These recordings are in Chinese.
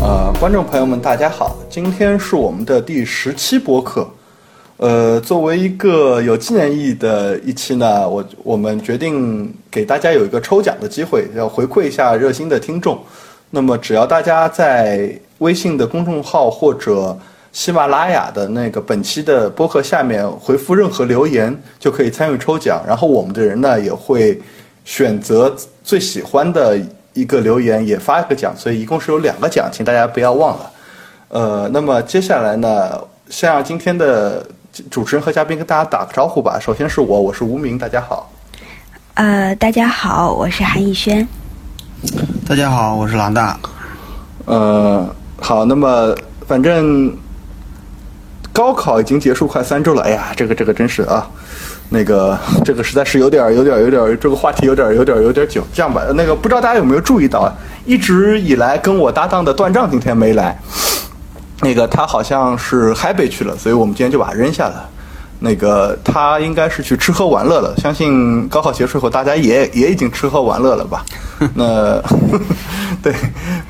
呃，观众朋友们，大家好，今天是我们的第十期播客。呃，作为一个有纪念意义的一期呢，我我们决定给大家有一个抽奖的机会，要回馈一下热心的听众。那么，只要大家在微信的公众号或者喜马拉雅的那个本期的播客下面回复任何留言，就可以参与抽奖。然后我们的人呢也会选择最喜欢的一个留言，也发一个奖。所以一共是有两个奖，请大家不要忘了。呃，那么接下来呢，先让今天的主持人和嘉宾跟大家打个招呼吧。首先是我，我是无名，大家好。呃，大家好，我是韩逸轩。大家好，我是狼大。呃，好，那么反正高考已经结束快三周了，哎呀，这个这个真是啊，那个这个实在是有点儿有点儿有点儿这个话题有点儿有点儿有点儿久。这样吧，那个不知道大家有没有注意到，啊，一直以来跟我搭档的段丈今天没来，那个他好像是嗨北去了，所以我们今天就把他扔下了。那个他应该是去吃喝玩乐了，相信高考结束以后，大家也也已经吃喝玩乐了吧？那 对，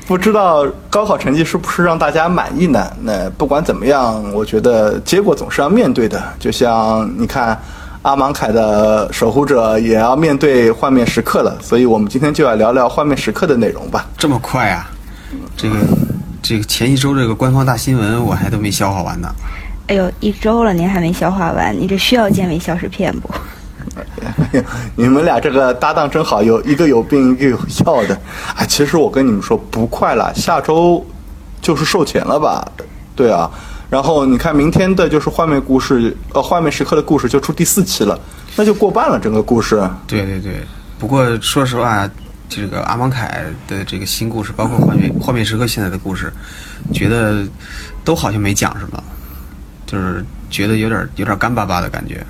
不知道高考成绩是不是让大家满意呢？那不管怎么样，我觉得结果总是要面对的。就像你看，阿芒凯的《守护者》也要面对幻灭时刻了，所以我们今天就要聊聊幻灭时刻的内容吧。这么快啊？这个这个前一周这个官方大新闻我还都没消化完呢。哎呦，一周了您还没消化完，你这需要健胃消食片 不？ 你们俩这个搭档真好，有一个有病，一个有药的。哎，其实我跟你们说，不快了，下周就是售前了吧？对啊，然后你看明天的就是幻灭故事，呃，幻灭时刻的故事就出第四期了，那就过半了整个故事。对对对，不过说实话，这个阿芒凯的这个新故事，包括《幻灭幻灭时刻》现在的故事，觉得都好像没讲什么，就是觉得有点有点干巴巴的感觉。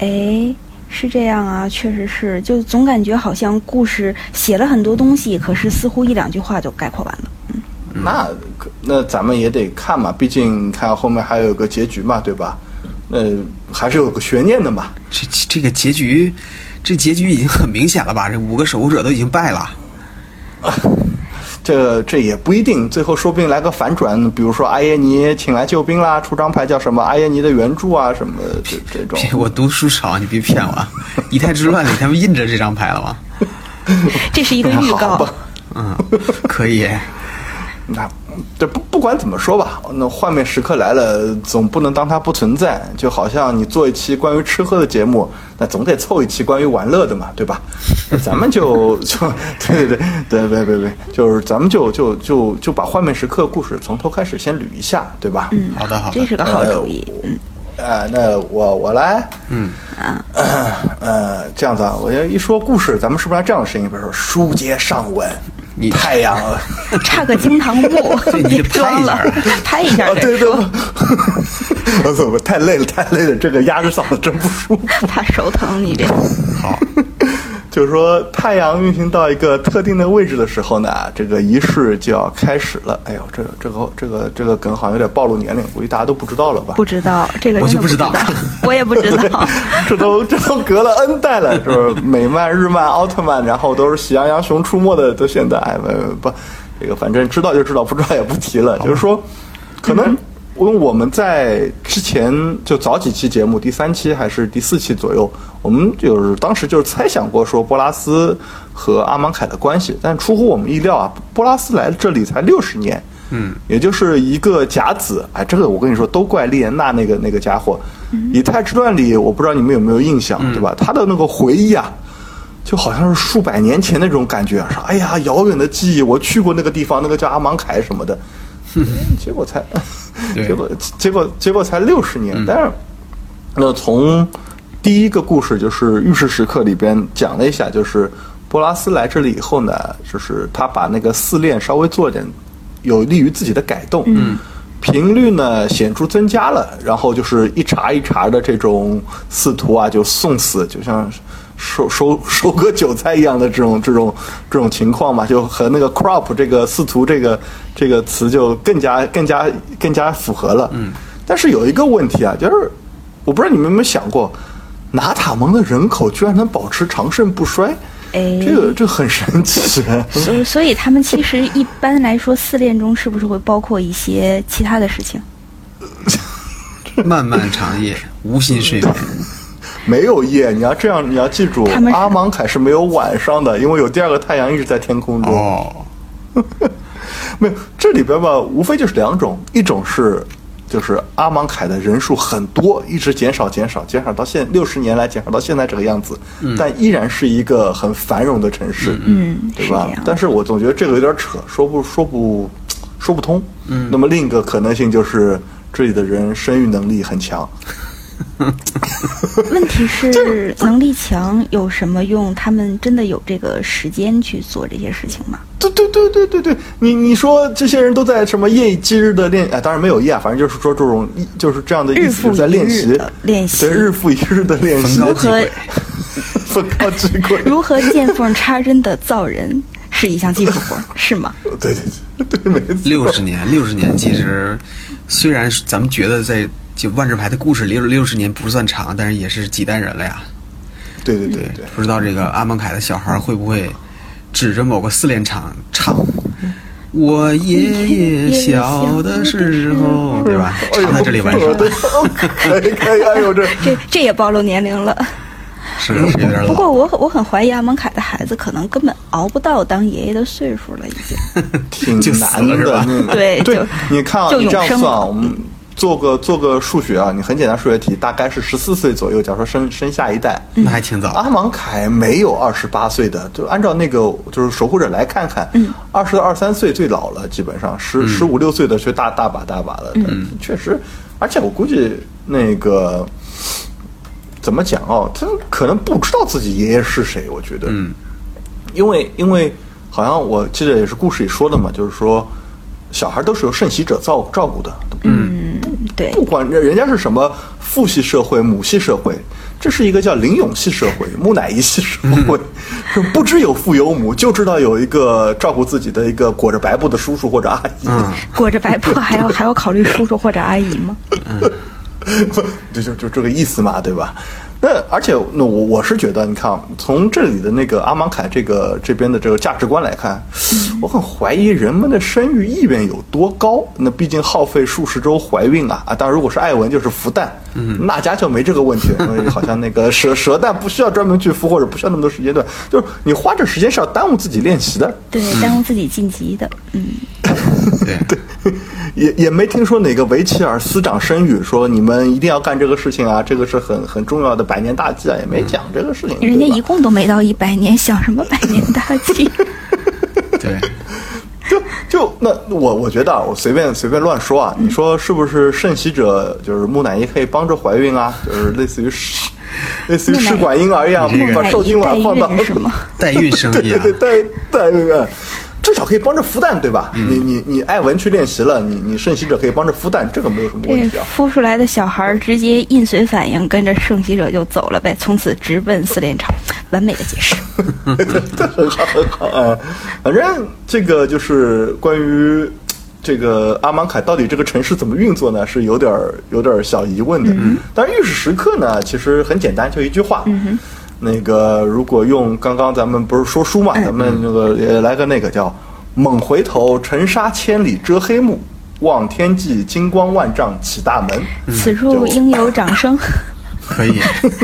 哎，是这样啊，确实是，就总感觉好像故事写了很多东西，可是似乎一两句话就概括完了。那可那咱们也得看嘛，毕竟你看后面还有个结局嘛，对吧？那还是有个悬念的嘛。这这个结局，这结局已经很明显了吧？这五个守护者都已经败了。这这也不一定，最后说不定来个反转，比如说阿耶尼请来救兵啦，出张牌叫什么阿耶尼的原著啊什么这这 种。别我读书少，你别骗我。以太之乱里他们印着这张牌了吗？ 这是一个预好告吧，，嗯，可以。那这不不管怎么说吧，那幻灭时刻来了，总不能当它不存在。就好像你做一期关于吃喝的节目，那总得凑一期关于玩乐的嘛，对吧？那咱们就 就对对对对对对对，就是咱们就就就就把幻灭时刻故事从头开始先捋一下，对吧？嗯。好的好这的，是个 好主意。呃，那我我来，嗯， 呃，这样子啊，我要一说故事，咱们是不是要这样的声音？比如说书接上文，你太阳，啊差个惊堂 木，你别得装了拍一， 拍一下啊，再对对，说， 我怎么太累了，太累了，这个压着嗓子真不舒服。 怕手疼你这。好，就是说，太阳运行到一个特定的位置的时候呢，这个仪式就要开始了。哎呦，这个这个这个这个梗好像有点暴露年龄，估计大家都不知道了吧？不知道这个我真就的不不知道道， 我也不知道。这都这都隔了 N 代了，就是美漫、日漫、奥特曼，然后都是喜羊羊、熊出没的，都现在哎不不，这个反正知道就知道，不知道也不提了。就是说，可能因为我们在之前就早几期节目，第三期还是第四期左右，我们就是当时就是猜想过说波拉斯和阿芒凯的关系，但出乎我们意料啊，波拉斯来这里才六十年。嗯，也就是一个甲子，哎，这个我跟你说，都怪莉莲娜那个那个家伙，以太之乱》里，我不知道你们有没有印象，对吧？他的那个回忆啊，就好像是数百年前那种感觉，说哎呀，遥远的记忆，我去过那个地方，那个叫阿芒凯什么的，哎结果才，对结果结果结果才六十年，但是那从第一个故事就是《浴室时刻》里边讲了一下，就是波拉斯来这里以后呢，就是他把那个四链稍微做点有利于自己的改动，嗯，频率呢显著增加了，然后就是一茬一茬的这种司徒啊就送死，就像收收收割韭菜一样的这种这种这种情况嘛，就和那个 crop 这个司徒这个这个词就更加更加更加符合了，嗯，但是有一个问题啊，就是。我不知道你们有没有想过，拿塔蒙的人口居然能保持长盛不衰，哎，这个这很神奇。啊所以所以他们其实一般来说，四恋中是不是会包括一些其他的事情？漫漫长夜，无心睡眠。没有夜，你要这样，你要记住他们，是阿芒凯是没有晚上的，因为有第二个太阳一直在天空中。哦，没有，这里边吧，无非就是两种，一种是就是阿芒凯的人数很多，一直减少减少减少到现六十年来减少到现在这个样子，但依然是一个很繁荣的城市，嗯，对是这吧？样。但是我总觉得这个有点扯，说不说不说不通。嗯，那么另一个可能性就是这里的人生育能力很强，问题是，能力强有什么用？他们真的有这个时间去做这些事情吗？对对对对对对，你你说这些人都在什么夜以继日的练啊？当然没有夜啊，反正就是说这种一就是这样的意日思，复在一练日习的练习对，日复一日的练习逢，高如即何轨。分高之贵。如何见缝插针的造人是一项技术活儿，是吗？对对对对，没错。六十年，六十年，其实虽然是咱们觉得在就万智牌的故事里六六十年不算长，但是也是几代人了呀。对对对对，不知道这个阿蒙凯的小孩会不会指着某个四连场唱？我爷爷小的时嗯候，对吧？唱到这里完事哎呦对儿，可以可以，哎呦这，这这也暴露年龄了。是是有点不老。过我我很怀疑阿蒙凯的孩子可能根本熬不到当爷爷的岁数了，已经。挺就死难了是的吧。嗯 对对就，你看啊，就你这样永生算啊，了我们做个做个数学啊，你很简单数学题，大概是十四岁左右，假如说生生下一代，那还挺早，阿芒凯没有二十八岁的，就按照那个就是守护者来看看，二十二三岁最老了，基本上十十五六岁的却大大把大把的，确实，而且我估计那个怎么讲哦，他可能不知道自己爷爷是谁，我觉得，嗯，因为因为好像我记得也是故事里说的嘛，就是说小孩都是由圣袭者照照顾的，嗯， 对，不管人家是什么父系社会、母系社会，这是一个叫林永系社会、木乃伊系社会，是不知有父有母，就知道有一个照顾自己的一个裹着白布的叔叔或者阿姨。嗯，裹着白布还要还要考虑叔叔或者阿姨吗？ 就就就这个意思嘛，对吧？那而且那我我是觉得，你看啊从这里的那个阿芒凯这个这边的这个价值观来看，我很怀疑人们的生育意愿有多高。那毕竟耗费数十周怀孕啊啊！当然，如果是艾文就是孵蛋，那家就没这个问题了，因为好像那个蛇 蛇蛋不需要专门去孵，或者不需要那么多时间段，就是你花这时间是要耽误自己练习的。对，耽误自己晋级的，嗯，对， 也也没听说哪个维齐尔司长声誉说你们一定要干这个事情啊，这个是很很重要的百年大计啊，也没讲这个事情。人家对吧一共都没到一百年，想什么百年大 计？对，就就那我我觉得啊，我随便随便乱说啊，你说是不是圣袭者就是木乃伊可以帮助怀孕啊？就是类似于试类似于试管婴儿一 样木乃伊，把受精卵放到啊代孕是吗？代孕 生对意对啊对，，带带那个，至少可以帮着孵蛋，对吧？你你你艾文去练习了，你你圣袭者可以帮着孵蛋，这个没有什么问这题啊。孵出来的小孩儿直接印随反应，跟着圣袭者就走了呗，从此直奔四连场，完美的解释。 很好，很好。哎，反正这个就是关于这个阿芒凯到底这个城市怎么运作呢，是有点儿有点儿小疑问的。但是御史时刻呢，其实很简单，就一句话。那个如果用刚刚咱们不是说书嘛，咱们那个也来个那个叫“猛回头，尘沙千里遮黑幕，望天际金光万丈起大门”。此处应有掌声， 可以，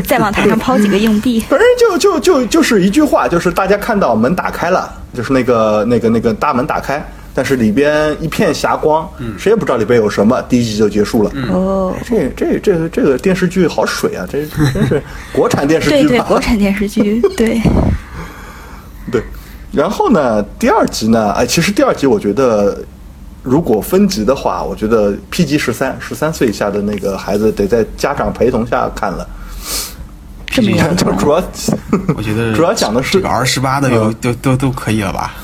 再往台上抛几个硬币。反正就就就就是一句话，就是大家看到门打开了，就是那个那个那个大门打开，但是里边一片霞光，嗯谁也不知道里边有什么。第一集就结束了。哎哦，这这这个这个电视剧好水啊！这真 是国产电视对剧啊对，吧？国产电视剧，对， 对，然后呢，第二集呢，哎，其实第二集我觉得，如果分级的话，我觉得 PG 十三十三岁以下的那个孩子得在家长陪同下看 了。这么严就重。主要，我觉得主要讲的是这个二十八的有嗯都都都可以了吧？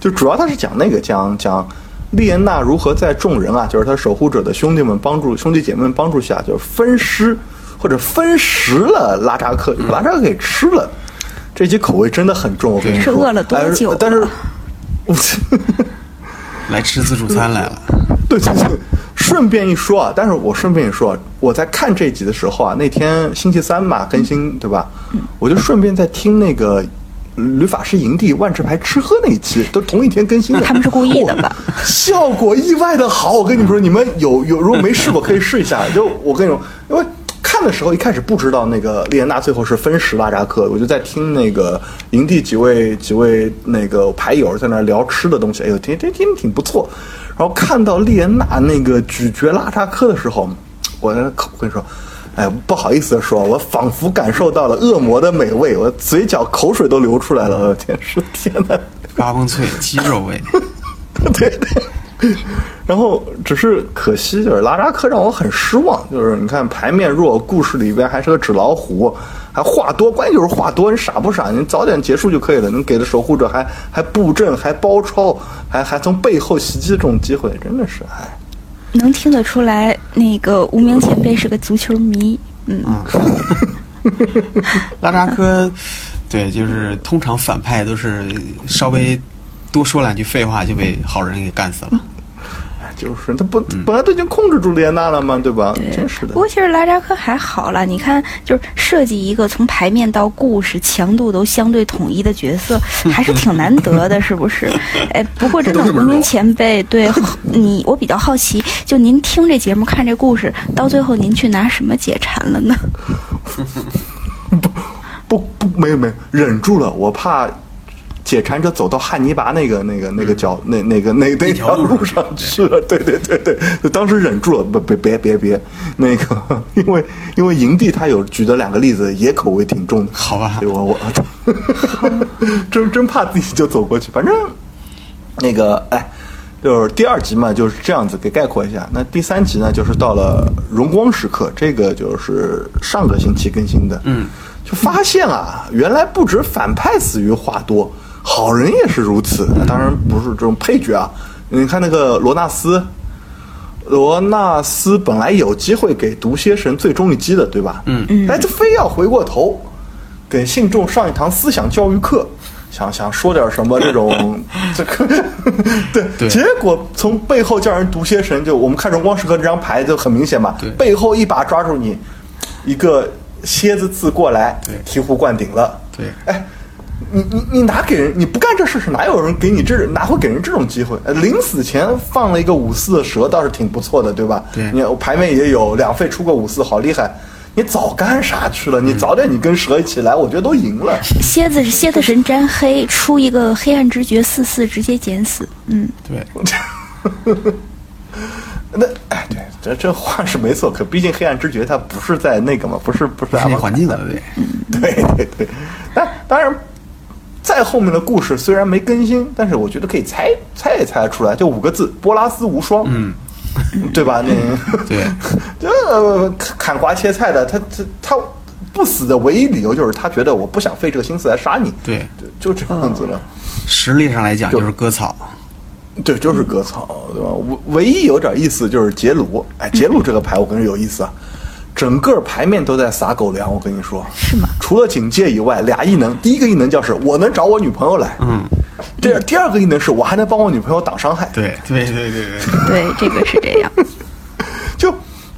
就主要他是讲那个讲讲丽安娜如何在众人啊，就是他守护者的兄弟们帮助兄弟姐妹们帮助下，就是分尸或者分食了拉扎克，嗯把拉扎克给吃了。这集口味真的很重，我跟你是说。饿了多哎久了但是，我来吃自助餐来了，对对对，是顺便一说啊，但是我顺便一说，我在看这集的时候啊，那天星期三嘛更新对吧？嗯我就顺便在听那个。旅法师营地万智牌吃喝那一期都同一天更新的，他们是故意的吧哦？效果意外的好，我跟你们说，你们有有如果没试过可以试一下。 就我跟你说，因为看的时候一开始不知道那个丽莲娜最后是分食拉扎克，我就在听那个营地几位几位那个牌友在那儿聊吃的东西，哎呦，挺挺挺挺不错。然后看到丽莲娜那个咀嚼拉扎克的时候，我可我跟你说。哎，不好意思地说，我仿佛感受到了恶魔的美味，我嘴角口水都流出来了。我的天，是天呐，八崩脆鸡肉味，对对。然后只是可惜，就是拉扎克让我很失望。就是你看牌面弱，故事里边还是个纸老虎，还话多，关键就是话多。你傻不傻？你早点结束就可以了。你给了守护者还还布阵，还包抄，还还从背后袭击这种机会，真的是哎。 能听得出来，那个无名前辈是个足球迷。嗯，拉扎科，对，就是通常反派都是稍微多说两句废话就被好人给干死了。就是他不本来都已经控制住列娜了嘛，对吧？真是的不。过其实拉扎克还好啦，你看，就是设计一个从牌面到故事强度都相对统一的角 色，还是挺难得的，是不是？哎，不过真的，都这么无说名前辈， 对你，我比较好奇，就您听这节目看这故事，到最后您去拿什么解馋了呢？嗯不不，没有没有，忍住了，我怕解馋者走到汉尼拔那个那个那个角、那那个那那嗯那条条路路上上去了。对对对对，就当时忍住了，不别别别别，那个 因为因为营地他有举的两个例子也口味挺重的，好吧所以我我真真怕自己就走过去，反正那个哎。就是第二集嘛，就是这样子给概括一下。那第三集呢，就是到了荣光时刻，这个就是上个星期更新的。嗯，就发现啊，原来不止反派死于话多，好人也是如此。当然不是这种配角啊，你看那个罗纳斯，罗纳斯本来有机会给毒蝎神最终一击的，对吧？嗯嗯，哎，他非要回过头，给信众上一堂思想教育课，想想说点什么这种这个， 对，对结果从背后叫人毒蝎神，就我们看荣光时刻这张牌就很明显嘛对，背后一把抓住你，一个蝎子刺过来对，醍醐灌顶了。对哎，你你你哪给人？你不干这事是哪有人给你这哪会给人这种机会？呃临死前放了一个五四的蛇倒是挺不错的，对吧？对你牌面也有两费出个五四，好厉害！你早干啥去了？嗯你早点你跟蛇一起来，我觉得都赢了。蝎子是蝎子神沾黑，出一个黑暗直觉四四，直接减死。嗯，对，那哎，对，这这话是没错，可毕竟黑暗之觉它不是在那个嘛，不是不是不是阿那蒙环境的对。 对对对，但当然，再后面的故事虽然没更新，但是我觉得可以猜猜也猜得出来，就五个字：波拉斯无双。嗯，对吧？那 对，这、呃砍瓜切菜的，他他他不死的唯一理由就是他觉得我不想费这个心思来杀你。对就，就这样子了。实力上来讲就就是割草，对，就是割草，对吧？唯唯一有点意思就是杰鲁，哎，杰鲁这个牌我跟你说有意思啊，整个牌面都在撒狗粮，我跟你说，是吗？除了警戒以外，俩异能，第一个异能叫是我能找我女朋友来，嗯，第二第二个异能是我还能帮我女朋友挡伤害，对对对对对，对，这个是这样。就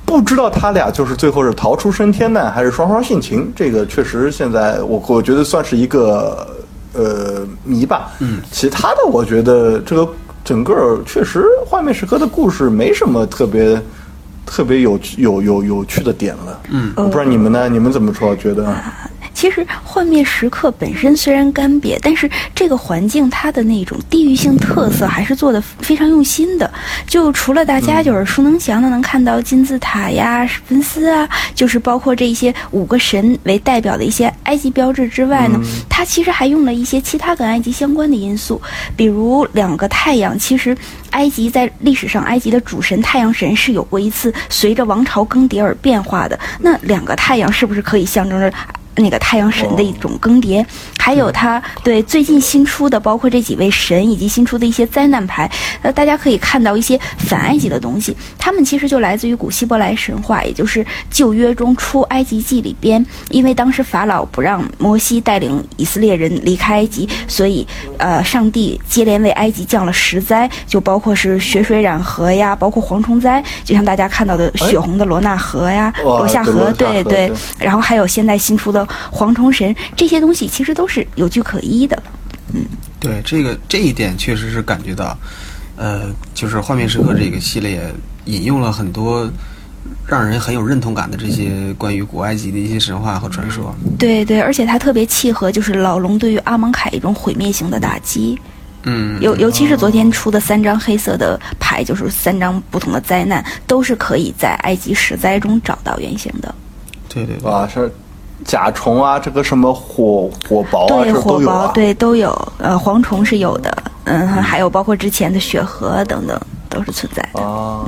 不知道他俩就是最后是逃出升天呢，还是双双殉情？这个确实现在我我觉得算是一个呃谜吧。嗯，其他的我觉得这个整个确实画面时刻的故事没什么特别特别有趣有有有趣的点了。嗯，我不知道你们呢，你们怎么说？觉得？其实幻灭时刻本身虽然干瘪，但是这个环境它的那种地域性特色还是做的非常用心的。就除了大家就是耳熟能详的能看到金字塔呀、史芬斯啊，就是包括这一些五个神为代表的一些埃及标志之外呢，它其实还用了一些其他跟埃及相关的因素，比如两个太阳。其实埃及在历史上，埃及的主神太阳神是有过一次随着王朝更迭而变化的。那两个太阳是不是可以象征着？那个太阳神的一种更迭，哦还有嗯他对最近新出的，包括这几位神以及新出的一些灾难牌，呃，大家可以看到一些反埃及的东西，他们其实就来自于古希伯来神话，也就是旧约中出埃及记里边，因为当时法老不让摩西带领以色列人离开埃及，所以呃，上帝接连为埃及降了十灾，就包括是血水染河呀，包括蝗虫灾，就像大家看到的血红的罗纳河呀、哇罗夏对河罗，夏河对对，然后还有现在新出的蝗虫神，这些东西其实都是有据可依的。对这个这一点确实是感觉到，呃，就是《画面时刻》这个系列引用了很多让人很有认同感的这些关于古埃及的一些神话和传说。对对，而且它特别契合，就是老龙对于阿蒙凯一种毁灭性的打击，嗯，尤尤其是昨天出的三张黑色的牌，就是三张不同的灾难，都是可以在埃及十灾中找到原型的。对对对，啊，是甲虫啊，这个什么火火雹啊，对，这火都有啊雹，。对都哦有，呃，蝗虫是有的，嗯，还有包括之前的血河等等，都是存在的。啊，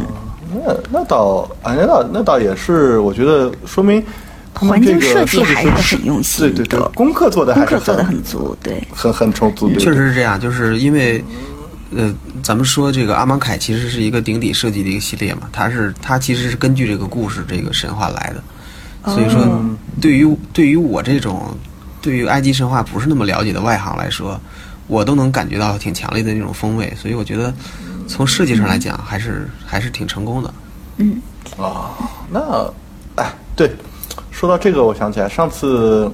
那那倒啊，那倒那倒也是，我觉得说明他们环境这个设计还是很用心对对对的，功课做的功还是课做得很很足，对。很很充足，对确实是这样，就是因为，呃，咱们说这个阿芒凯其实是一个顶底设计的一个系列嘛，它是它其实是根据这个故事这个神话来的，所以说对于对于我这种对于埃及神话不是那么了解的外行来说，我都能感觉到挺强烈的那种风味，所以我觉得从设计上来讲还是还是挺成功的。啊。那哎，对，说到这个，我想起来上次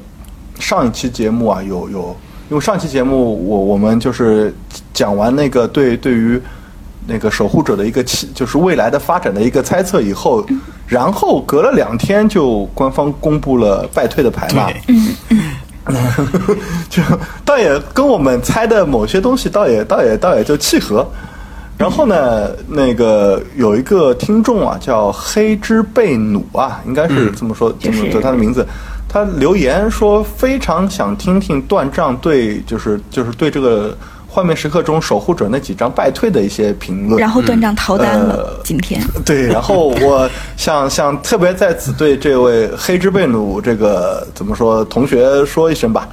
上一期节目啊，有有，因为上期节目我我们就是讲完那个对对于那个守护者的一个期，就是未来的发展的一个猜测以后，嗯然后隔了两天就官方公布了败退的牌嘛。 就倒也跟我们猜的某些东西倒也倒也倒也就契合。然后呢，那个有一个听众啊，叫黑之贝努啊，应该是这么说，这么就是说他的名字。他留言说非常想听听断账对，就是就是对这个画面时刻中守护者那几张败退的一些评论。然后断章逃单了，呃今天。 对，然后我想想特别在此对这位黑之贝努这个怎么说同学说一声吧，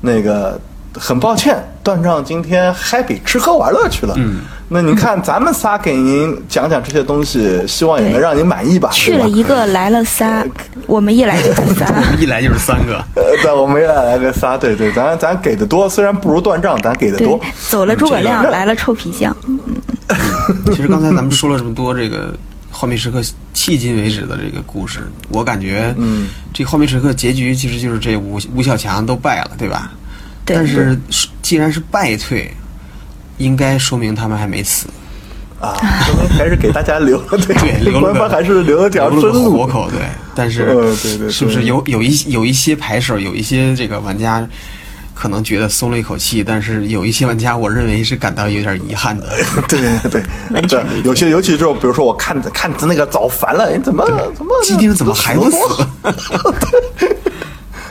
那个很抱歉，段丈今天嗨比吃喝玩乐去了。嗯，那您看咱们仨给您讲讲这些东西，希望也能让您满意吧。去对吧了一个，来了仨，我们一来就是仨。 一来就是三个，呃， 对，我们也来个仨，对对，咱咱给的多，虽然不如段丈，咱给的对多。，走了诸葛亮，这个来了臭皮匠。其实刚才咱们说了这么多这个《画面时刻》迄今为止的这个故事，我感觉，嗯，这《画面时刻》结局其实就是这吴吴小强都败了，对吧？对但是是既然是败退，应该说明他们还没死，啊，说明还是给大家留了对，留了官个方还是留了条留生了个路活。口，对。但是，呃对对对是不是有有一有一些牌手，有一些这个玩家？可能觉得松了一口气，但是有一些玩家，我认为是感到有点 遗憾的。 对对对，有些尤其是比如说我看看那个早烦了，哎你怎么怎么基丁怎么还不死？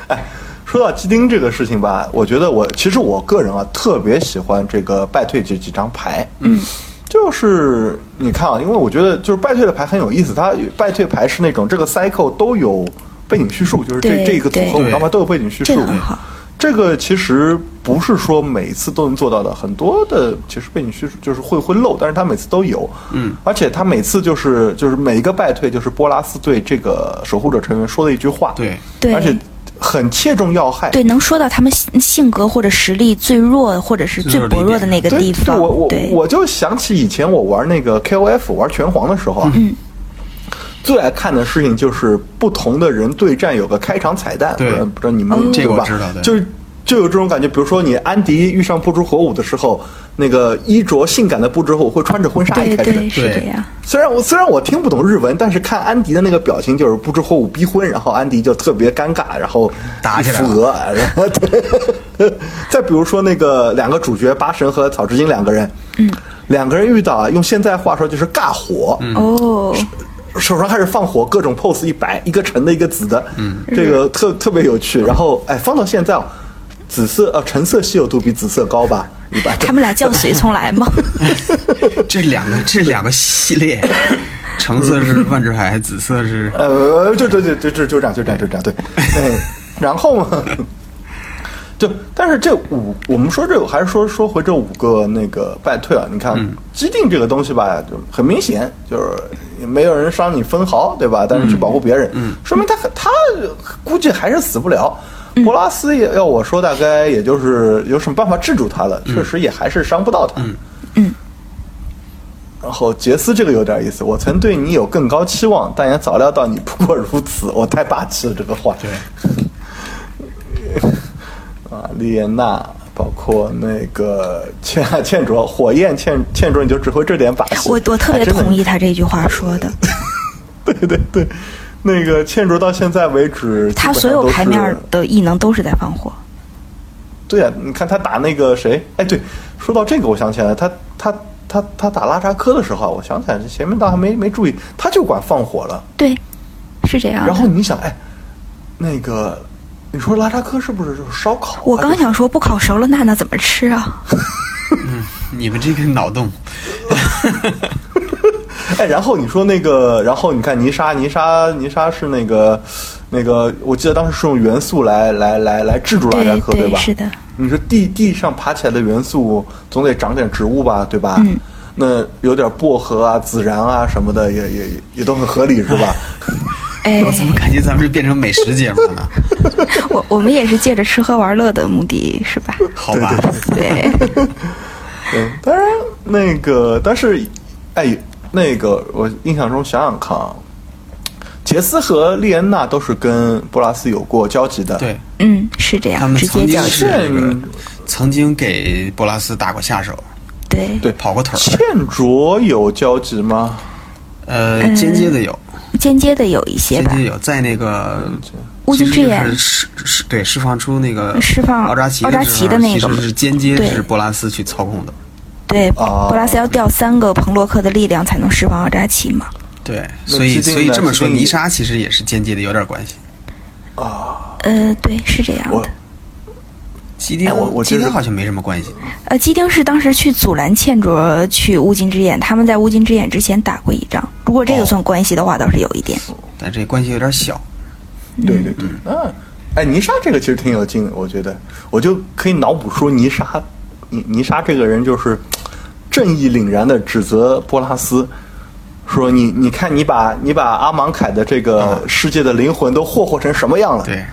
哎，说到基丁这个事情吧，我觉得我其实我个人啊特别喜欢这个败退这几张牌，嗯，就是你看啊，因为我觉得就是败退的牌很有意思，它败退牌是那种这个 cycle 都有背景叙述，就是对这这个组合对五张牌都有背景叙这述个很好，这个其实不是说每次都能做到的，很多的其实背景叙述就是会会漏，但是他每次都有，嗯，而且他每次就是就是每一个败退就是波拉斯对这个守护者成员说的一句话，对对而且很切中要害，对，能说到他们性性格或者实力最弱，或者是最薄弱的那个对，地对方我我。对，我就想起以前我玩那个 KOF 玩拳皇的时候啊，嗯最爱看的事情就是不同的人对战有个开场彩蛋，对不知道不知道你哦们、这对个我吧？知道对就是。就有这种感觉，比如说你安迪遇上不知火舞的时候，那个衣着性感的不知火舞会穿着婚纱一对开始，对是对这样。虽然我虽然我听不懂日文，但是看安迪的那个表情就是不知火舞逼婚，然后安迪就特别尴尬，然后打起来了扶额。啊然后 对，再比如说那个两个主角八神和草之金两个人，嗯，两个人遇到啊，用现在话说就是尬火，嗯，哦，手上开始放火，各种 pose 一摆，一个橙的，一个紫的，嗯，这个特特别有趣。然后哎，放到现在啊，紫色呃橙色稀有度比紫色高吧，一般。他们俩叫随从 来吗？这是两个，这是两个系列， 橙色是万智牌，紫色是呃，就就就就就就这样，就这样，就这样，对。哎然后嘛，就但是这五，我们说这还是说说回这五个那个败退啊。你看，既定这个东西吧，就很明显，就是也没有人伤你分毫，对吧？但是去保护别人，说明他他估计还是死不了。博拉斯也要我说，大概也就是有什么办法制住他了，确实也还是伤不到他。然后杰斯这个有点意思，我曾对你有更高期望，但也早料到你不过如此。我太霸气了，这个话。对。 啊，丽莲娜，包括那个倩倩卓，火焰倩倩卓，你就只会这点把戏。我我特别还真的同意他这句话说的， 对对对，那个倩卓到现在为止，他基所本上有都牌面是的异能都是在放火。对呀、你看他打那个谁？哎，对，说到这个，我想起来了，他他他他打拉扎科的时候啊，我想起来前面倒还没没注意，他就管放火了。对，是这样的。然后你想，哎，那个，你说拉扎科是不是就是烧烤啊？我刚就是想说，不烤熟了，娜娜怎么吃啊？你们这个脑洞，哎，然后你说那个，然后你看泥沙，泥沙，泥沙是那个，那个，我记得当时是用元素来来来来制住拉扎对克，对吧？是的。你说地地上爬起来的元素总得长点植物吧，对吧？嗯。那有点薄荷啊、孜然啊什么的，也也也都很合理，是吧？ 哎，我怎么感觉咱们是变成美食节目了 呢？我我们也是借着吃喝玩乐的目的，是吧？好吧，对，对，嗯当然那个，但是，哎，那个我印象中想想看啊，杰斯和丽安娜都是跟布拉斯有过交集的，对嗯，是这他样，们直接曾教经育。是这个嗯曾经给波拉斯打过下手，对，对，跑过腿儿，倩卓有交集吗？呃，嗯间接的有，间接的有一些间吧接。有，在那个乌其兹实之就眼是释释对释放出那个释放奥扎奇奥扎奇时候的那个其实是间接对是波拉斯去操控的，对，哦博拉斯要调三个彭洛克的力量才能释放奥扎奇嘛。对，那所基以丁所以呢这么说，基丁泥沙其实也是间接的有点关系。呃，对，是这样我的。基丁哎我我基其丁实好像没什么关系，呃，基丁是当时去阻拦倩卓去乌金之眼，他们在乌金之眼之前打过一仗。如果这个算关系的话，倒是有一点。但这关系有点小。对对对，嗯，哎，泥沙这个其实挺有劲的，我觉得，我就可以脑补出泥沙，泥泥沙这个人就是正义凛然的指责波拉斯。说你，你看你把你把阿芒凯的这个世界的灵魂都霍霍成什么样了？嗯对，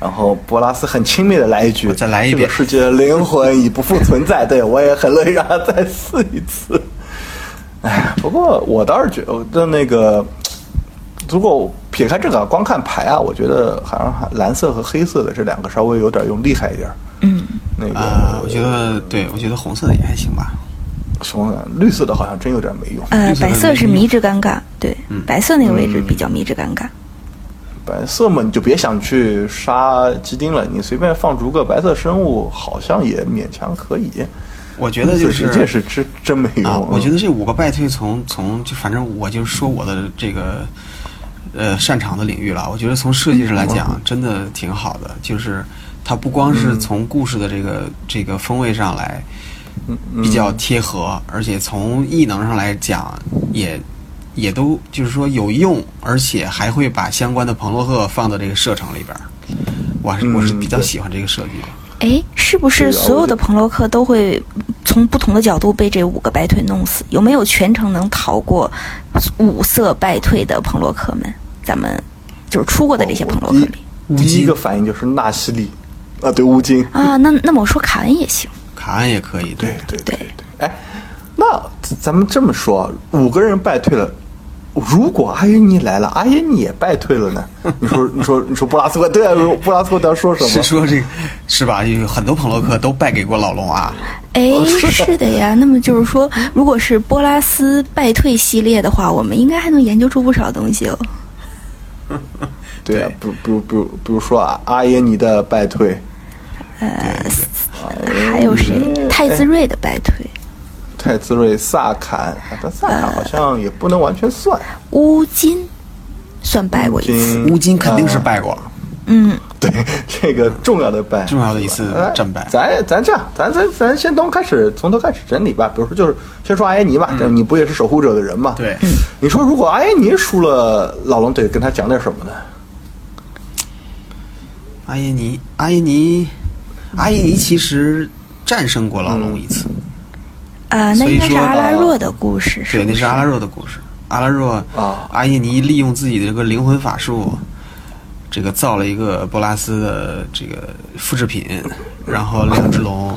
然后博拉斯很轻蔑的来一句：“我哦再来一遍这个世界的灵魂已不复存在。对”我也很乐意让他再试一次。哎，不过我倒是觉得那个，如果撇开这个，光看牌啊，我觉得好像还蓝色和黑色的这两个稍微有点用厉害一点。嗯，那个、啊，我觉得对，我觉得红色的也还行吧。熊蓝绿色的好像真有点没用。呃绿，色的白色是迷之尴尬，对，白色那个位置嗯比较迷之尴尬。白色嘛，你就别想去杀基丁了，你随便放逐个白色生物，好像也勉强可以。我觉得就绿色是这是真真没用。啊，我觉嗯得这五个败退从从就反正我就说我的这个呃擅长的领域了。我觉得从设计上来讲，嗯真的挺好的，就是它不光是从故事的这个、这个风味上来嗯比较贴合，而且从异能上来讲也。也都就是说有用，而且还会把相关的彭洛赫放到这个射程里边儿。我还是我是嗯比较对喜欢这个设计的。哎，是不对是啊所有我觉得的彭洛克都会从不同的角度被这五个败退弄死？有没有全程能逃过五色败退的彭洛克们？咱们就是出过的这些彭洛克里第第哦一个反应就是纳西利，啊，对，乌金，啊，那那么我说卡恩也行，卡恩也可以，对对对，哎，那咱咱们这么说，五个人败退了，如果阿耶尼来了，阿耶尼也败退了呢？ 你说，你说，你说布拉斯克，对啊，布拉斯克要说什是么？说这个是吧？有很多朋洛克都败给过老龙啊，哎，是的呀。那么就是说，如果是波拉斯败退系列的话，我们应该还能研究出不少东西哦。对啊对，比如比如比如比如说啊，阿耶尼的败退，还有谁？太子睿的败退，泰兹瑞、萨坎，啊但萨呃坎好像也不能完全算，乌金算败过一次，金乌金肯定是败过，嗯，对，这个重要的败，重要的一次哎战败。咱咱这样，咱咱咱先从开始从头开始整理吧。比如说，就是先说阿耶尼吧，这你不也是守护者的人嘛？嗯对你说如果阿耶尼输了，老龙得跟他讲点什么呢？阿阿耶尼，阿耶尼，阿耶尼其实战胜过老龙一次，嗯啊，那所以应该是说阿拉呃若的故事，对，不那是阿拉若的故事。阿拉若啊阿耶尼利用自己的这个灵魂法术，这个造了一个波拉斯的这个复制品，然后两只龙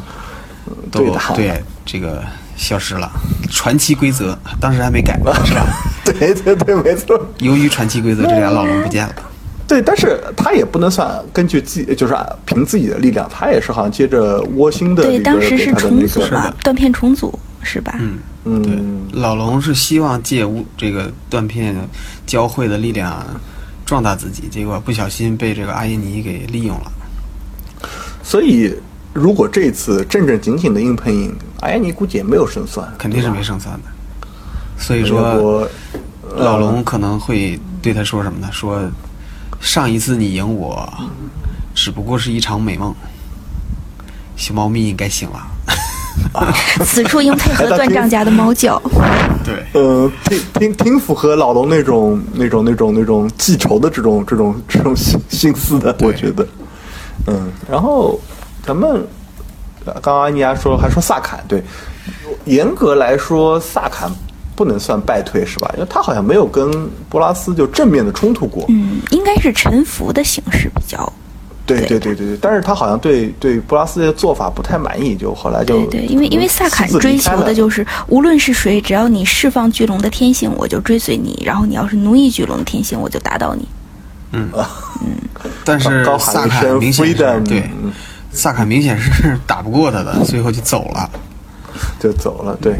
都对打对这个消失了。传奇规则当时还 没改，是吧？ 对对对，没错。由于传奇规则，这俩老龙不见了。对，但是他也不能算根据自己，就是啊凭自己的力量，他也是好像接着窝心的对，这个当时给是他的那重组个，嘛，断片重组是吧？嗯，嗯，对，老龙是希望借乌这个断片交汇的力量壮大自己，结果不小心被这个阿耶尼给利用了。所以如果这次正正经经的硬碰硬，哎，你估计也没有胜算，肯定是没胜算的。所以对吧。说，我老龙可能会对他说什么呢？说上一次你赢我，只不过是一场美梦。小猫咪应该醒了。此处应配 合还到断听账家的猫叫。对，呃，挺挺挺符合老龙那种那种那种那种记仇的这种这种这种心心思的，对我觉得。嗯，然后咱们呃刚刚安妮亚说还说萨坎，对，严格来说萨坎不能算败退是吧？因为他好像没有跟波拉斯就正面的冲突过。嗯，应该是臣服的形式比较。对对对对对对，但是他好像对对波拉斯的做法不太满意，就后来就对对，因为因为萨坎私自追离开求的了就是，无论是谁，只要你释放巨龙的天性，我就追随你；然后你要是奴役巨龙的天性，我就打倒你。但是高喊萨了一卡声明显是 freedom，对嗯，萨卡明显是打不过他的，最后就走了。就走了。对，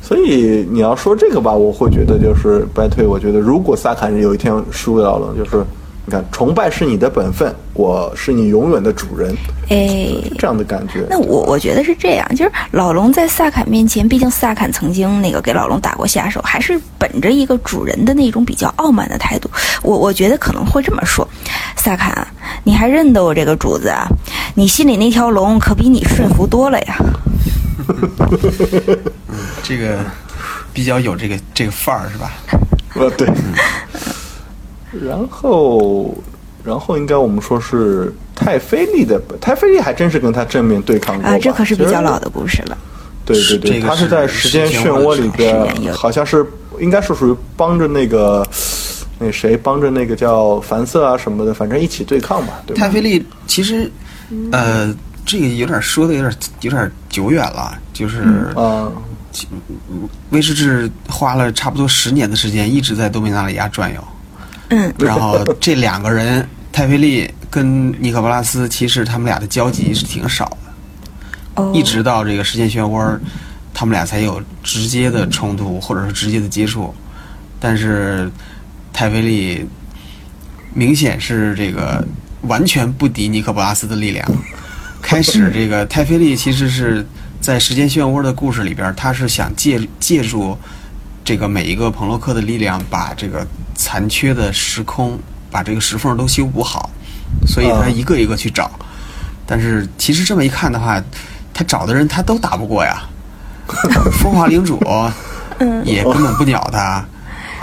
所以你要说这个吧，我会觉得就是败退。我觉得如果萨坎有一天输掉了，就是你看，崇拜是你的本分，我是你永远的主人，哎，这样的感觉。那我我觉得是这样，就是老龙在萨坎面前，毕竟萨坎曾经那个给老龙打过下手，还是本着一个主人的那种比较傲慢的态度。我我觉得可能会这么说：萨坎啊，你还认得我这个主子啊？你心里那条龙可比你顺服多了呀。这个比较有这个这个范儿是吧？呃，对。 然后，然后应该我们说是泰菲利的，泰菲利还真是跟他正面对抗过哦啊，这吧可是比其较实老的故事了。对对这对，个他是在时间漩涡里时边间漩涡，好像是应该是属于帮着那个那谁帮着那个叫凡瑟啊什么的，反正一起对抗吧，对吧泰？菲利其实，呃，这个有点说的有点有点久远了，就是、啊、威士忌花了差不多十年的时间一直在多米纳里亚转悠，嗯，然后这两个人泰菲利跟尼可波拉斯，其实他们俩的交集是挺少的，哦，一直到这个时间漩涡，他们俩才有直接的冲突或者是直接的接触，但是泰菲利明显是这个完全不敌尼可波拉斯的力量。开始这个泰菲利其实是在时间漩涡的故事里边，他是想借借助这个每一个彭洛克的力量，把这个残缺的时空，把这个石缝都修补好，所以他嗯一个一个去找。但是其实这么一看的话，他找的人他都打不 过呀。风华领主嗯也根本不鸟他，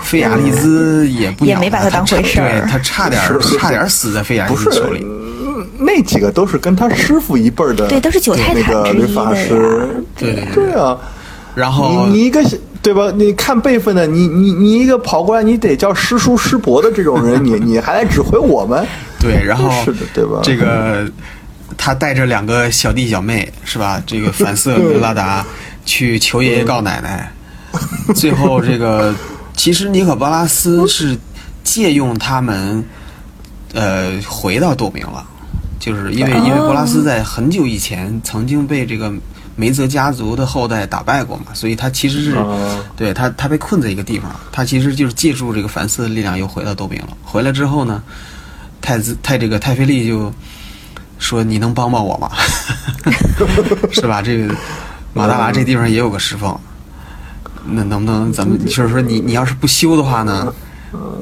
费亚利兹也不也鸟没把他当回事儿对他差点是差点死在费亚利不兹是手里。那几个都是跟他师傅一辈儿的，对都是九泰坦那个之一律法的呀师，对对对对啊。然后你你一个对吧？你看辈分的，你你你一个跑过来，你得叫师叔师伯的这种人，你你还来指挥我 们？对，然后是的对吧这个他带着两个小弟小妹是吧？这个反色跟 拉达去求爷爷告奶奶，最后 这个其实尼可巴拉斯是借用他们呃回到斗明了，就是因为因为哦波拉斯在很久以前曾经被这个。梅泽家族的后代打败过嘛，所以他其实是，哦对他他被困在一个地方，他其实就是借助这个凡斯的力量又回到斗明了。回来之后呢，太子太这个太妃利就说：“你能帮帮我吗？” 是吧？这个马达拉这地方也有个石缝，那能不能咱们就是说你你要是不修的话呢，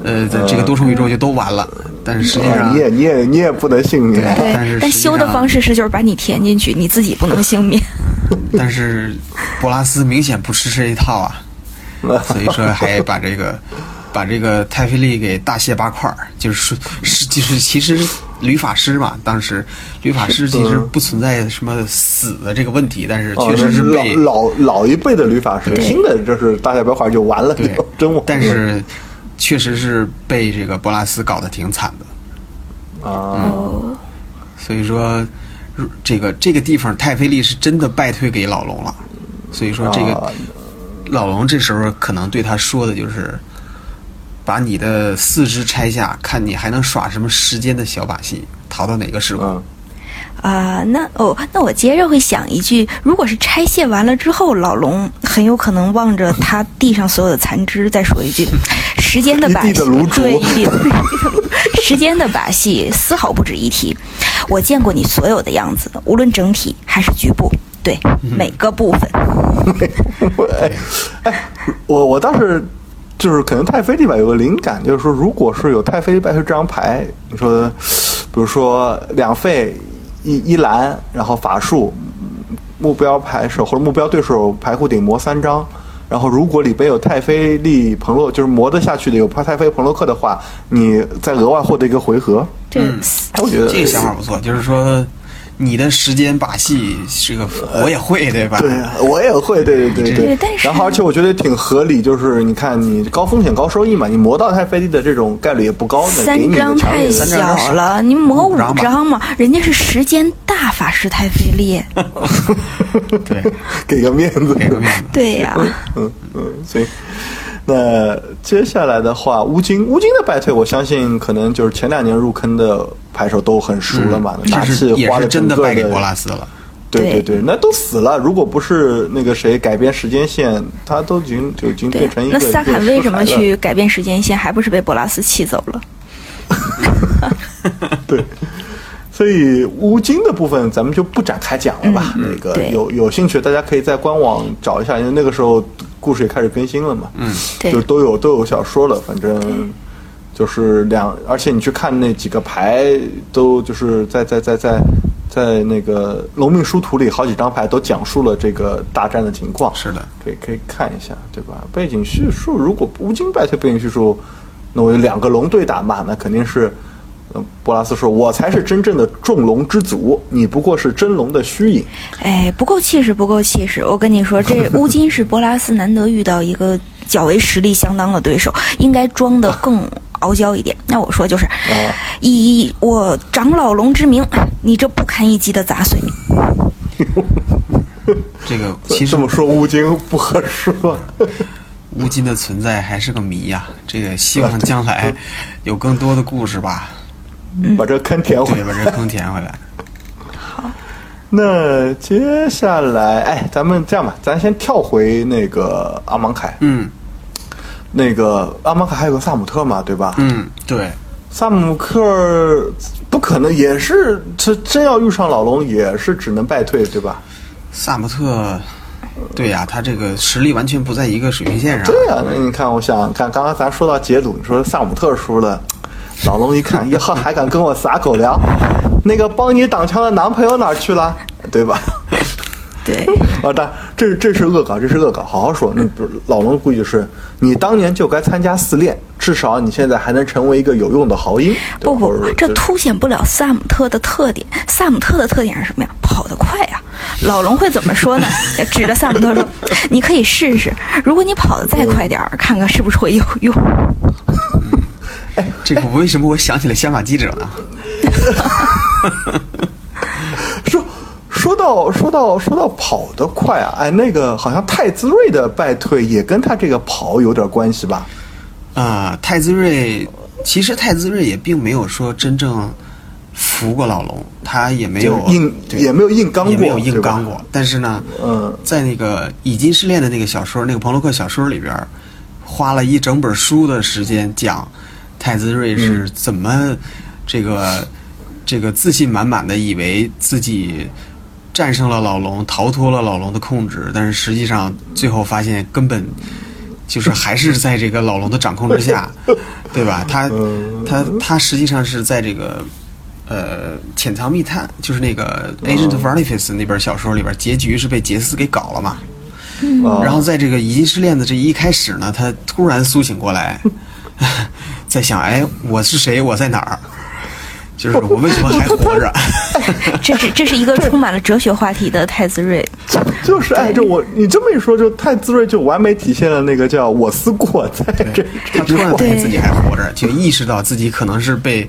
呃，这这个多重宇宙就都完了。但是实际啊上你，也你也你也不能幸免。对但对是，但实际修的上方式是就是把你填进去，你自己不 能幸免。但是博拉斯明显不吃这一套 啊，所以说还把这个。把这个泰菲利给大卸八块儿，就是说是就是其实吕法师嘛，当时吕法师其实不存在什么死的这个问题，但是嗯哦确实是被、老老老一辈的律法师，新的就是大家白话就完了，就对真我但是确实是被这个博拉斯搞得挺惨的。啊，哦，所以说，如这个这个地方太妃利是真的败退给老龙了。所以说，嗯这个、啊老龙这时候可能对他说的就是，把你的四肢拆下，看你还能耍什么时间的小把戏，逃到哪个时空。嗯， 啊、那哦，那我接着会想一句：如果是拆卸完了之后，老龙很有可能望着他地上所有的残肢，再说一句：“时间的把戏，一地的卤煮对，一地的卤煮时间的把戏丝毫不值一提。我见过你所有的样子，无论整体还是局部，对、嗯每个部分。哎哎，我我倒是就是可能太妃这边有个灵感，就是说，如果是有太妃白头这张牌，你说，比如说两费一一蓝，然后法术，目标牌手或者目标对手牌库顶磨三张。然后，如果里边有太妃利彭洛，就是磨得下去的有太妃彭洛克的话，你再额外获得一个回合。这、哎我觉得这个想法不错，就是说，你的时间把戏这个我也会，对吧？对啊，我也会，对对对对但是然后而且我觉得挺合理，就是你看你高风险高收益嘛，你磨到太费力的这种概率也不高，那给三你的张强太烈的三张小了，你磨五五张张嘛，人家是时间大法师太费力。 对，给个面子，给个面子。对呀、嗯嗯，所以那接下来的话，乌金乌金的败退，我相信可能就是前两年入坑的牌手都很熟了嘛，那嗯这大是气也花是了真整的个败给博拉斯了。对对对对，那都死了。如果不是那个谁改变时间线，他都已经就已经对变成一那个。萨卡为什么变成尸骸了去改变时间线，还不是被博拉斯气走了？ 对，所以乌金的部分咱们就不展开讲了吧。那个嗯对有有兴趣，大家可以在官网找一下，因为那个时候故事也开始更新了嘛。嗯，对就都有都有小说了，反正就是两，而且你去看那几个牌，都就是在在在在在那个《龙命书图》里，好几张牌都讲述了这个大战的情况。是的，可以可以看一下，对吧？背景叙述如果无精败退背景叙述，那我有两个龙对打嘛，那肯定是，呃，波拉斯说，我才是真正的众龙之祖，你不过是真龙的虚影。哎，不够气势，不够气势！我跟你说，这乌金是博拉斯难得遇到一个较为实力相当的对手，应该装得更傲娇一点。那我说就是，啊以我长老龙之名，你这不堪一击的杂碎，这个其实这么说乌金不合适吧？乌金的存在还是个谜呀、这个希望将来有更多的故事吧， 把这坑填回 对，把这坑填回来。那接下来，哎，咱们这样吧，咱先跳回那个阿芒凯，嗯那个阿芒凯还有个萨姆特嘛，对吧？嗯，对，萨姆克尔不可能，也是这真要遇上老龙，也是只能败退，对吧？萨姆特，对呀、他这个实力完全不在一个水平线上。对呀、那你看，我想想看，刚刚咱说到杰鲁，你说萨姆特输了，老龙一看，呀，还敢跟我撒狗粮？那个帮你挡枪的男朋友哪儿去了？对吧？ 对，啊，但这这是恶搞，这是恶搞，好好说。那不是老龙估计是你当年就该参加四练，至少你现在还能成为一个有用的豪英。对不吧不或者，哦这就是凸显不了萨姆特的特点。萨姆特的特点是什么呀？跑得快啊！老龙会怎么说呢？ 指着萨姆特说：“你可以试试，如果你跑得再快点儿，看看是不是会有用。 这个为什么我想起了香港记者呢？说说到说到说到跑得快啊，哎，那个好像太子睿的败退也跟他这个跑有点关系吧？啊、太子睿，其实太子睿也并没有说真正服过老龙，他也没有就硬对也没有硬刚过，也没有硬对吧刚过。但是呢，嗯在那个《已经失恋》的那个小说，那个彭罗克小说里边儿，花了一整本书的时间讲太子睿嗯是怎么这个、这个自信满满的以为自己战胜了老龙，逃脱了老龙的控制，但是实际上最后发现根本。就是还是在这个老龙的掌控之下，对吧？他他他实际上是在这个呃潜藏密探，就是那个 Agent of Artifice 那本小说里边，结局是被杰斯给搞了嘛。嗯啊然后在这个已经失恋的这一开始呢，他突然苏醒过来，在想，哎，我是谁？我在哪儿？就是我为什么还活着？这是这是一个充满了哲学话题的太子睿。 就是哎，这我你这么一说，就太滋润，就完美体现了那个叫我思故我在这这他句突然话发。现自己还活着，就意识到自己可能是被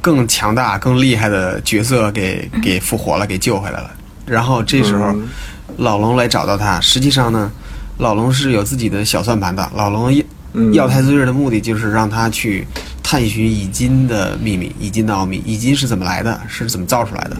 更强大、更厉害的角色给给复活了，给救回来了。然后这时候，老龙来找到他。实际上呢，老龙是有自己的小算盘的。老龙要要太子睿的目的就是让他去探寻蚁金的秘密、蚁金的奥秘、蚁金是怎么来的，是怎么造出来的。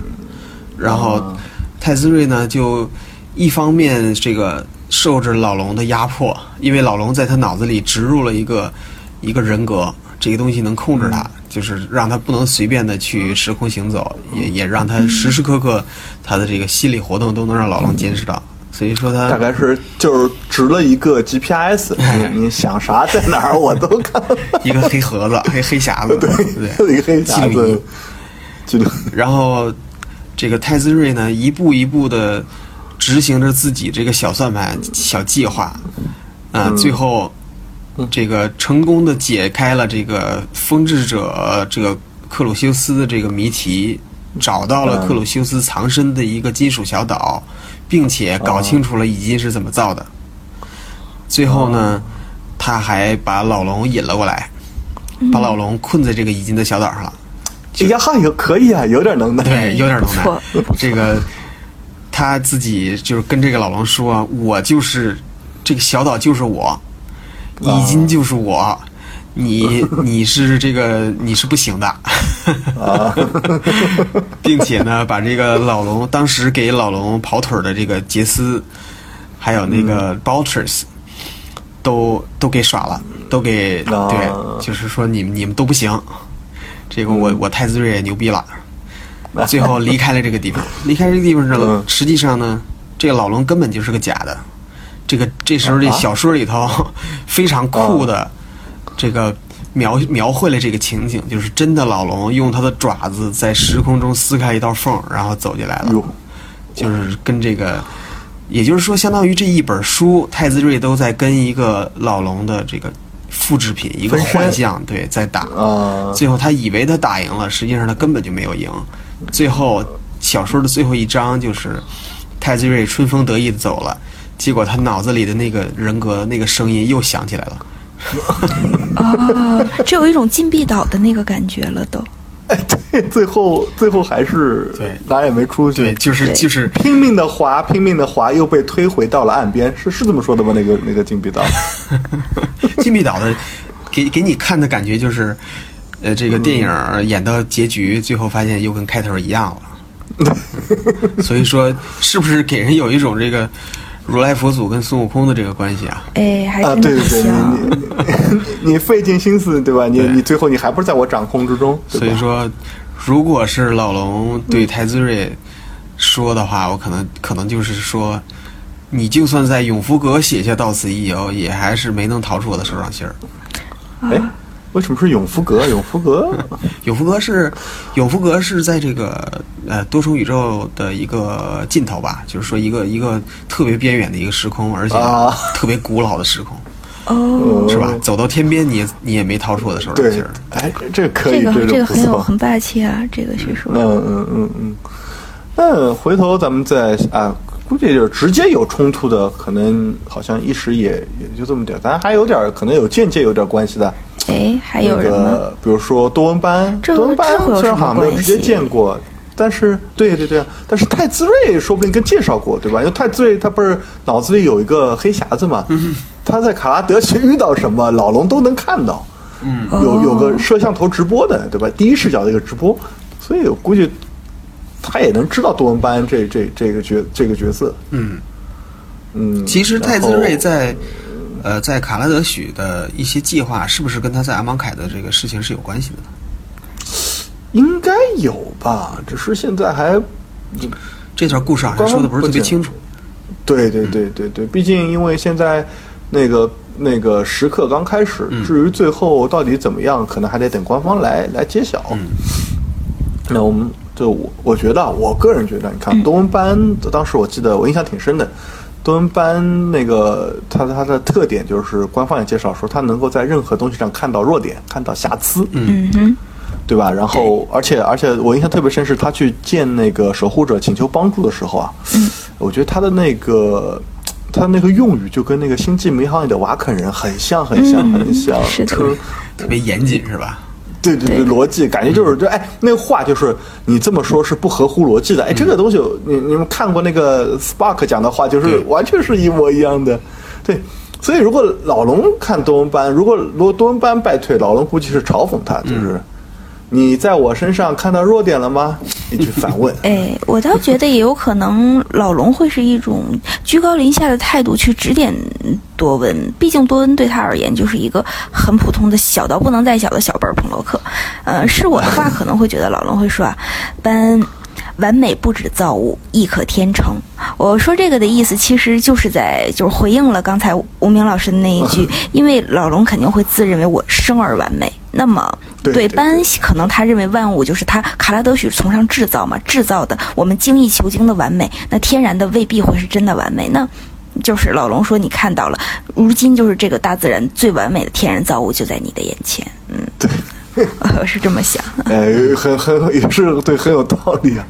然后啊太子睿呢，就一方面这个受着老龙的压迫，因为老龙在他脑子里植入了一个一个人格，这个东西能控制嗯他，就是让他不能随便的去时空行走，也嗯也让他时时刻刻他的这个心理活动都能让老龙监视到。所以说他大概是就是植了一个 GPS，你你想啥在哪儿我都看，一个黑盒子、黑黑 匣子，对一个黑匣记录仪子，记录然后这个太子睿呢，一步一步的执行着自己这个小算盘、小计划，啊、最后这个成功的解开了这个风之者这个克鲁修斯的这个谜题，找到了克鲁修斯藏身的一个金属小岛，并且搞清楚了蚁金是怎么造的。最后呢，他还把老龙引了过来，把老龙困在这个蚁金的小岛上了。哎呀哈，有可以啊，有点能耐。对，有点能耐错。 这个他自己就是跟这个老龙说：“我就是这个小岛，就是我，已经就是我，你你是这个你是不行的。”啊，并且呢，把这个老龙当时给老龙跑腿儿的这个杰斯，还有那嗯个 Balters，、都都给耍了，都给、啊嗯对，就是说你们你们都不行，这个我、我太子睿也牛逼 了，最后离开了这个地方。离开这个地方之后，嗯实际上呢，这个老龙根本就是个假的。这个这时候这啊小说里头 非常酷的这个描描绘了这个情景，就是真的老龙用他的爪子在时空中撕开一道缝，然后走进来了。哟，就是跟这个，也就是说，相当于这一本书，太子睿都在跟一个老龙的这个复制品，一个分身幻象，对，在打。啊 最后他以为他打赢了，实际上他根本就没有赢。最后小说的最后一章就是太子睿春风得意的走了，结果他脑子里的那个人格那个声音又响起来了。哦，这有一种禁闭岛的那个感觉了都。哎，对，最后最后还是对哪儿也没出去，对，就是对就是拼命的滑，拼命的滑，又被推回到了岸边，是是这么说的吗？那个那个禁闭岛，禁闭岛的，给给你看的感觉就是，呃，这个电影儿嗯演到结局，最后发现又跟开头一样了。 所以说，是不是给人有一种这个如来佛祖跟孙悟空的这个关系啊？哎，还啊，真对的对不对，哦像。你你 你费尽心思，对吧？你对你最后你还不是在我掌控之中，对吧嗯所以说，如果是老龙对太子睿说的话，我可能可能就是说，你就算在永福阁写下“到此一游”，也还是没能逃出我的手掌心儿。哎，为什么是永福阁？永福阁永福阁是永福阁是在这个呃多重宇宙的一个尽头吧，就是说一个一个特别边远的一个时空，而且啊特别古老的时空，嗯哦，是吧？走到天边你也你也没逃出我的手掌呃对心儿。，哎，这可这以，个这个不很有错。很霸气啊，这个叙述。嗯嗯嗯嗯。那回头咱们再啊，估计就是直接有冲突的，可能好像一时也也就这么点儿，咱还有点儿可能有间接有点儿关系的，哎，还那有人吗？个，比如说多文班，这多文班这会有虽什然么好像没有直接关系见过，但是对对对，但是太子睿说不定跟介绍过，对吧？因为太子睿他不是脑子里有一个黑匣子嘛，嗯他在卡拉德去遇到什么，老龙都能看到，嗯，有有哦个摄像头直播的，对吧？第一视角的一个直播，所以我估计他也能知道多文班这这这个角这个角色，嗯，嗯，其实然太子睿后在呃在卡拉德许的一些计划，是不是跟他在阿芒凯的这个事情是有关系的呢？应该有吧，只是现在还这段故事好像说的不是特别清楚。对对对对对，毕竟因为现在那个那个时刻刚开始，至于最后到底怎么样，可能还得等官方来来揭晓。那我们就我我觉得啊，我个人觉得，你看东文班，当时我记得我印象挺深的。东文班那个，它它的特点就是官方也介绍说，它能够在任何东西上看到弱点，看到瑕疵。嗯，嗯哼，对吧？然后，而且而且我印象特别深是他去见那个守护者请求帮助的时候啊，嗯我觉得他的那个他的那个用语就跟那个《星际迷航》里的瓦肯人很像，很像，很像，嗯是的特别特别严谨是吧？对对对，对。逻辑感觉就是这哎，那个话就是你这么说是不合乎逻辑的。哎，这个东西你你们看过那个 Spark 讲的话，就是对完全是一模一样的。对，所以如果老龙看多恩班，如果如果多恩班败退，老龙估计是嘲讽他，就是、你在我身上看到弱点了吗？一句反问 哎，我倒觉得也有可能，老龙会是一种居高临下的态度去指点多温。毕竟多温对他而言就是一个很普通的小到不能再小的小本儿彭罗克。呃，是我的话，可能会觉得老龙会说啊，班。完美不止造物，亦可天成。我说这个的意思，其实就是在就是回应了刚才吴明老师的那一 句，因为老龙肯定会自认为我生而完美，那么对对对班可能他认为万物就是他卡拉德许崇尚制造嘛，制造的我们精益求精的完美，那天然的未必会是真的完美。那就是老龙说你看到了，如今就是这个大自然最完美的天然造物就在你的眼前。嗯，对，我 是这么想。哎，很很也是对，很有道理啊。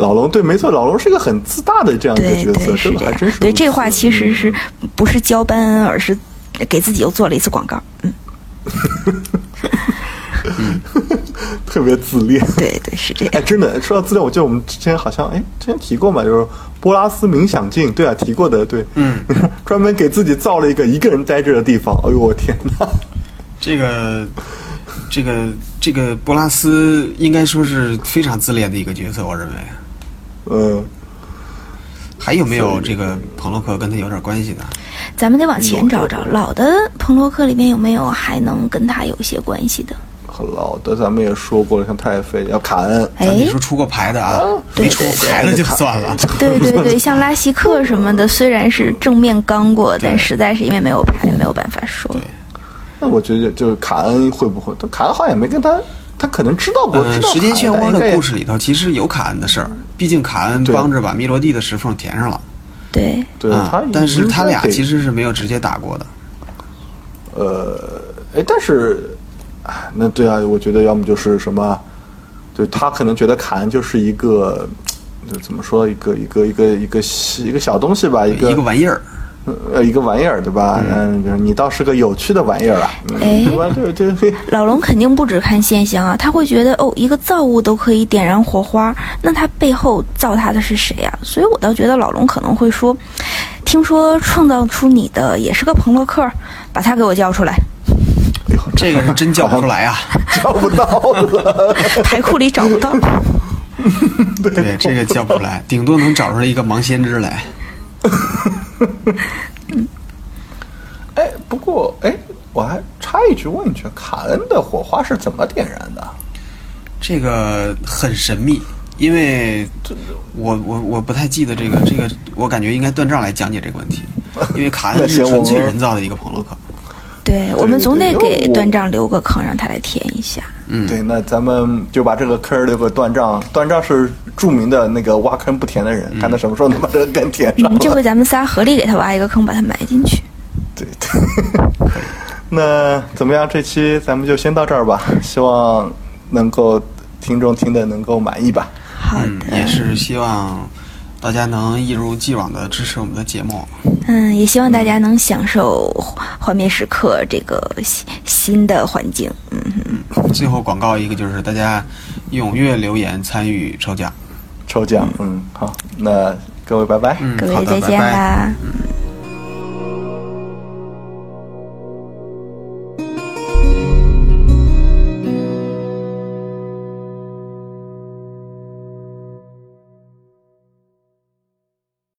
老龙对，没错，老龙是一个很自大的这样一个角对色，真对的这还样真是如此。嗯对这话其实是不是教班恩，而是给自己又做了一次广告。嗯，特别自恋。对对是这样。 哎，真的，说到自恋，我记得我们之前好像哎，之前提过嘛，就是波拉斯冥想镜，对啊，提过的，对，嗯， 专门给自己造了一个一个人呆着的地方。哎呦，我天哪！这个，这个，这个波拉斯应该说是非常自恋的一个角色，我认为。嗯，还有没有这个彭洛克跟他有点关系的？咱们得往前找哎找，老的彭罗克里面有没有还能跟他有一些关系的？很老的，咱们也说过了，像太妃，要卡恩，哎，哦咱别啊说出过牌的啊，对没出过牌的就算了。对对对，像拉希克什么的，虽然是正面刚过，但实在是因为没有牌，没有办法说。那我觉得就是卡恩会不会？但卡恩好像也没跟他，他可能知道过，呃知，道时间卡漩恩涡但应该的也故事里头其实有卡恩的事儿，毕竟卡恩对帮着把密罗蒂的石缝填上了对，对，他啊。但是他俩其实。实是没有直接打过的。呃，哎，但是，啊，那对啊，我觉得要么就是什么，就他可能觉得卡恩就是一个，就怎么说，一个一个一个一个小一个小东西吧，一个一个玩意 儿，呃一个玩意儿，对吧？嗯，就是你倒是个有趣的玩意儿啊，嗯哎对吧？对对对，老龙肯定不只看现象啊，他会觉得哦，一个造物都可以点燃火花，那他背后造他的是谁啊？所以我倒觉得老龙可能会说，听说创造出你的也是个彭洛克，把他给我叫出来，这个是真叫不出来啊。找不到了， 牌库里找不到。对，这个叫不出来，顶多能找出来一个盲先知来。哎，不过哎，我还插一句问一句，卡恩的火花是怎么点燃的？啊这个很神秘，因为我我我不太记得这个这个，我感觉应该断章来讲解这个问题，因为卡 那恩行是纯粹我人造的一个 朋洛克。对我们总得对对给我段丈留个坑，让他来填一下。对，那咱们就把这个坑儿留给断账。断账是著名的那个挖坑不填的人，看他什么时候能把这个坑填上嗯了。这回咱们仨合力给他挖一个坑，把他埋进去。对对。 那怎么样？这期咱们就先到这儿吧，希望能够听众听的能够满意吧。好嗯，的，也是希望大家能一如既往的支持我们的节目。嗯，也希望大家能享受幻灭时刻这个新新的环境。嗯，最后广告一个就是大家踊跃留言参与抽奖。抽奖，嗯，好，那各位拜拜。嗯，各好位的，再见拜拜啦。嗯。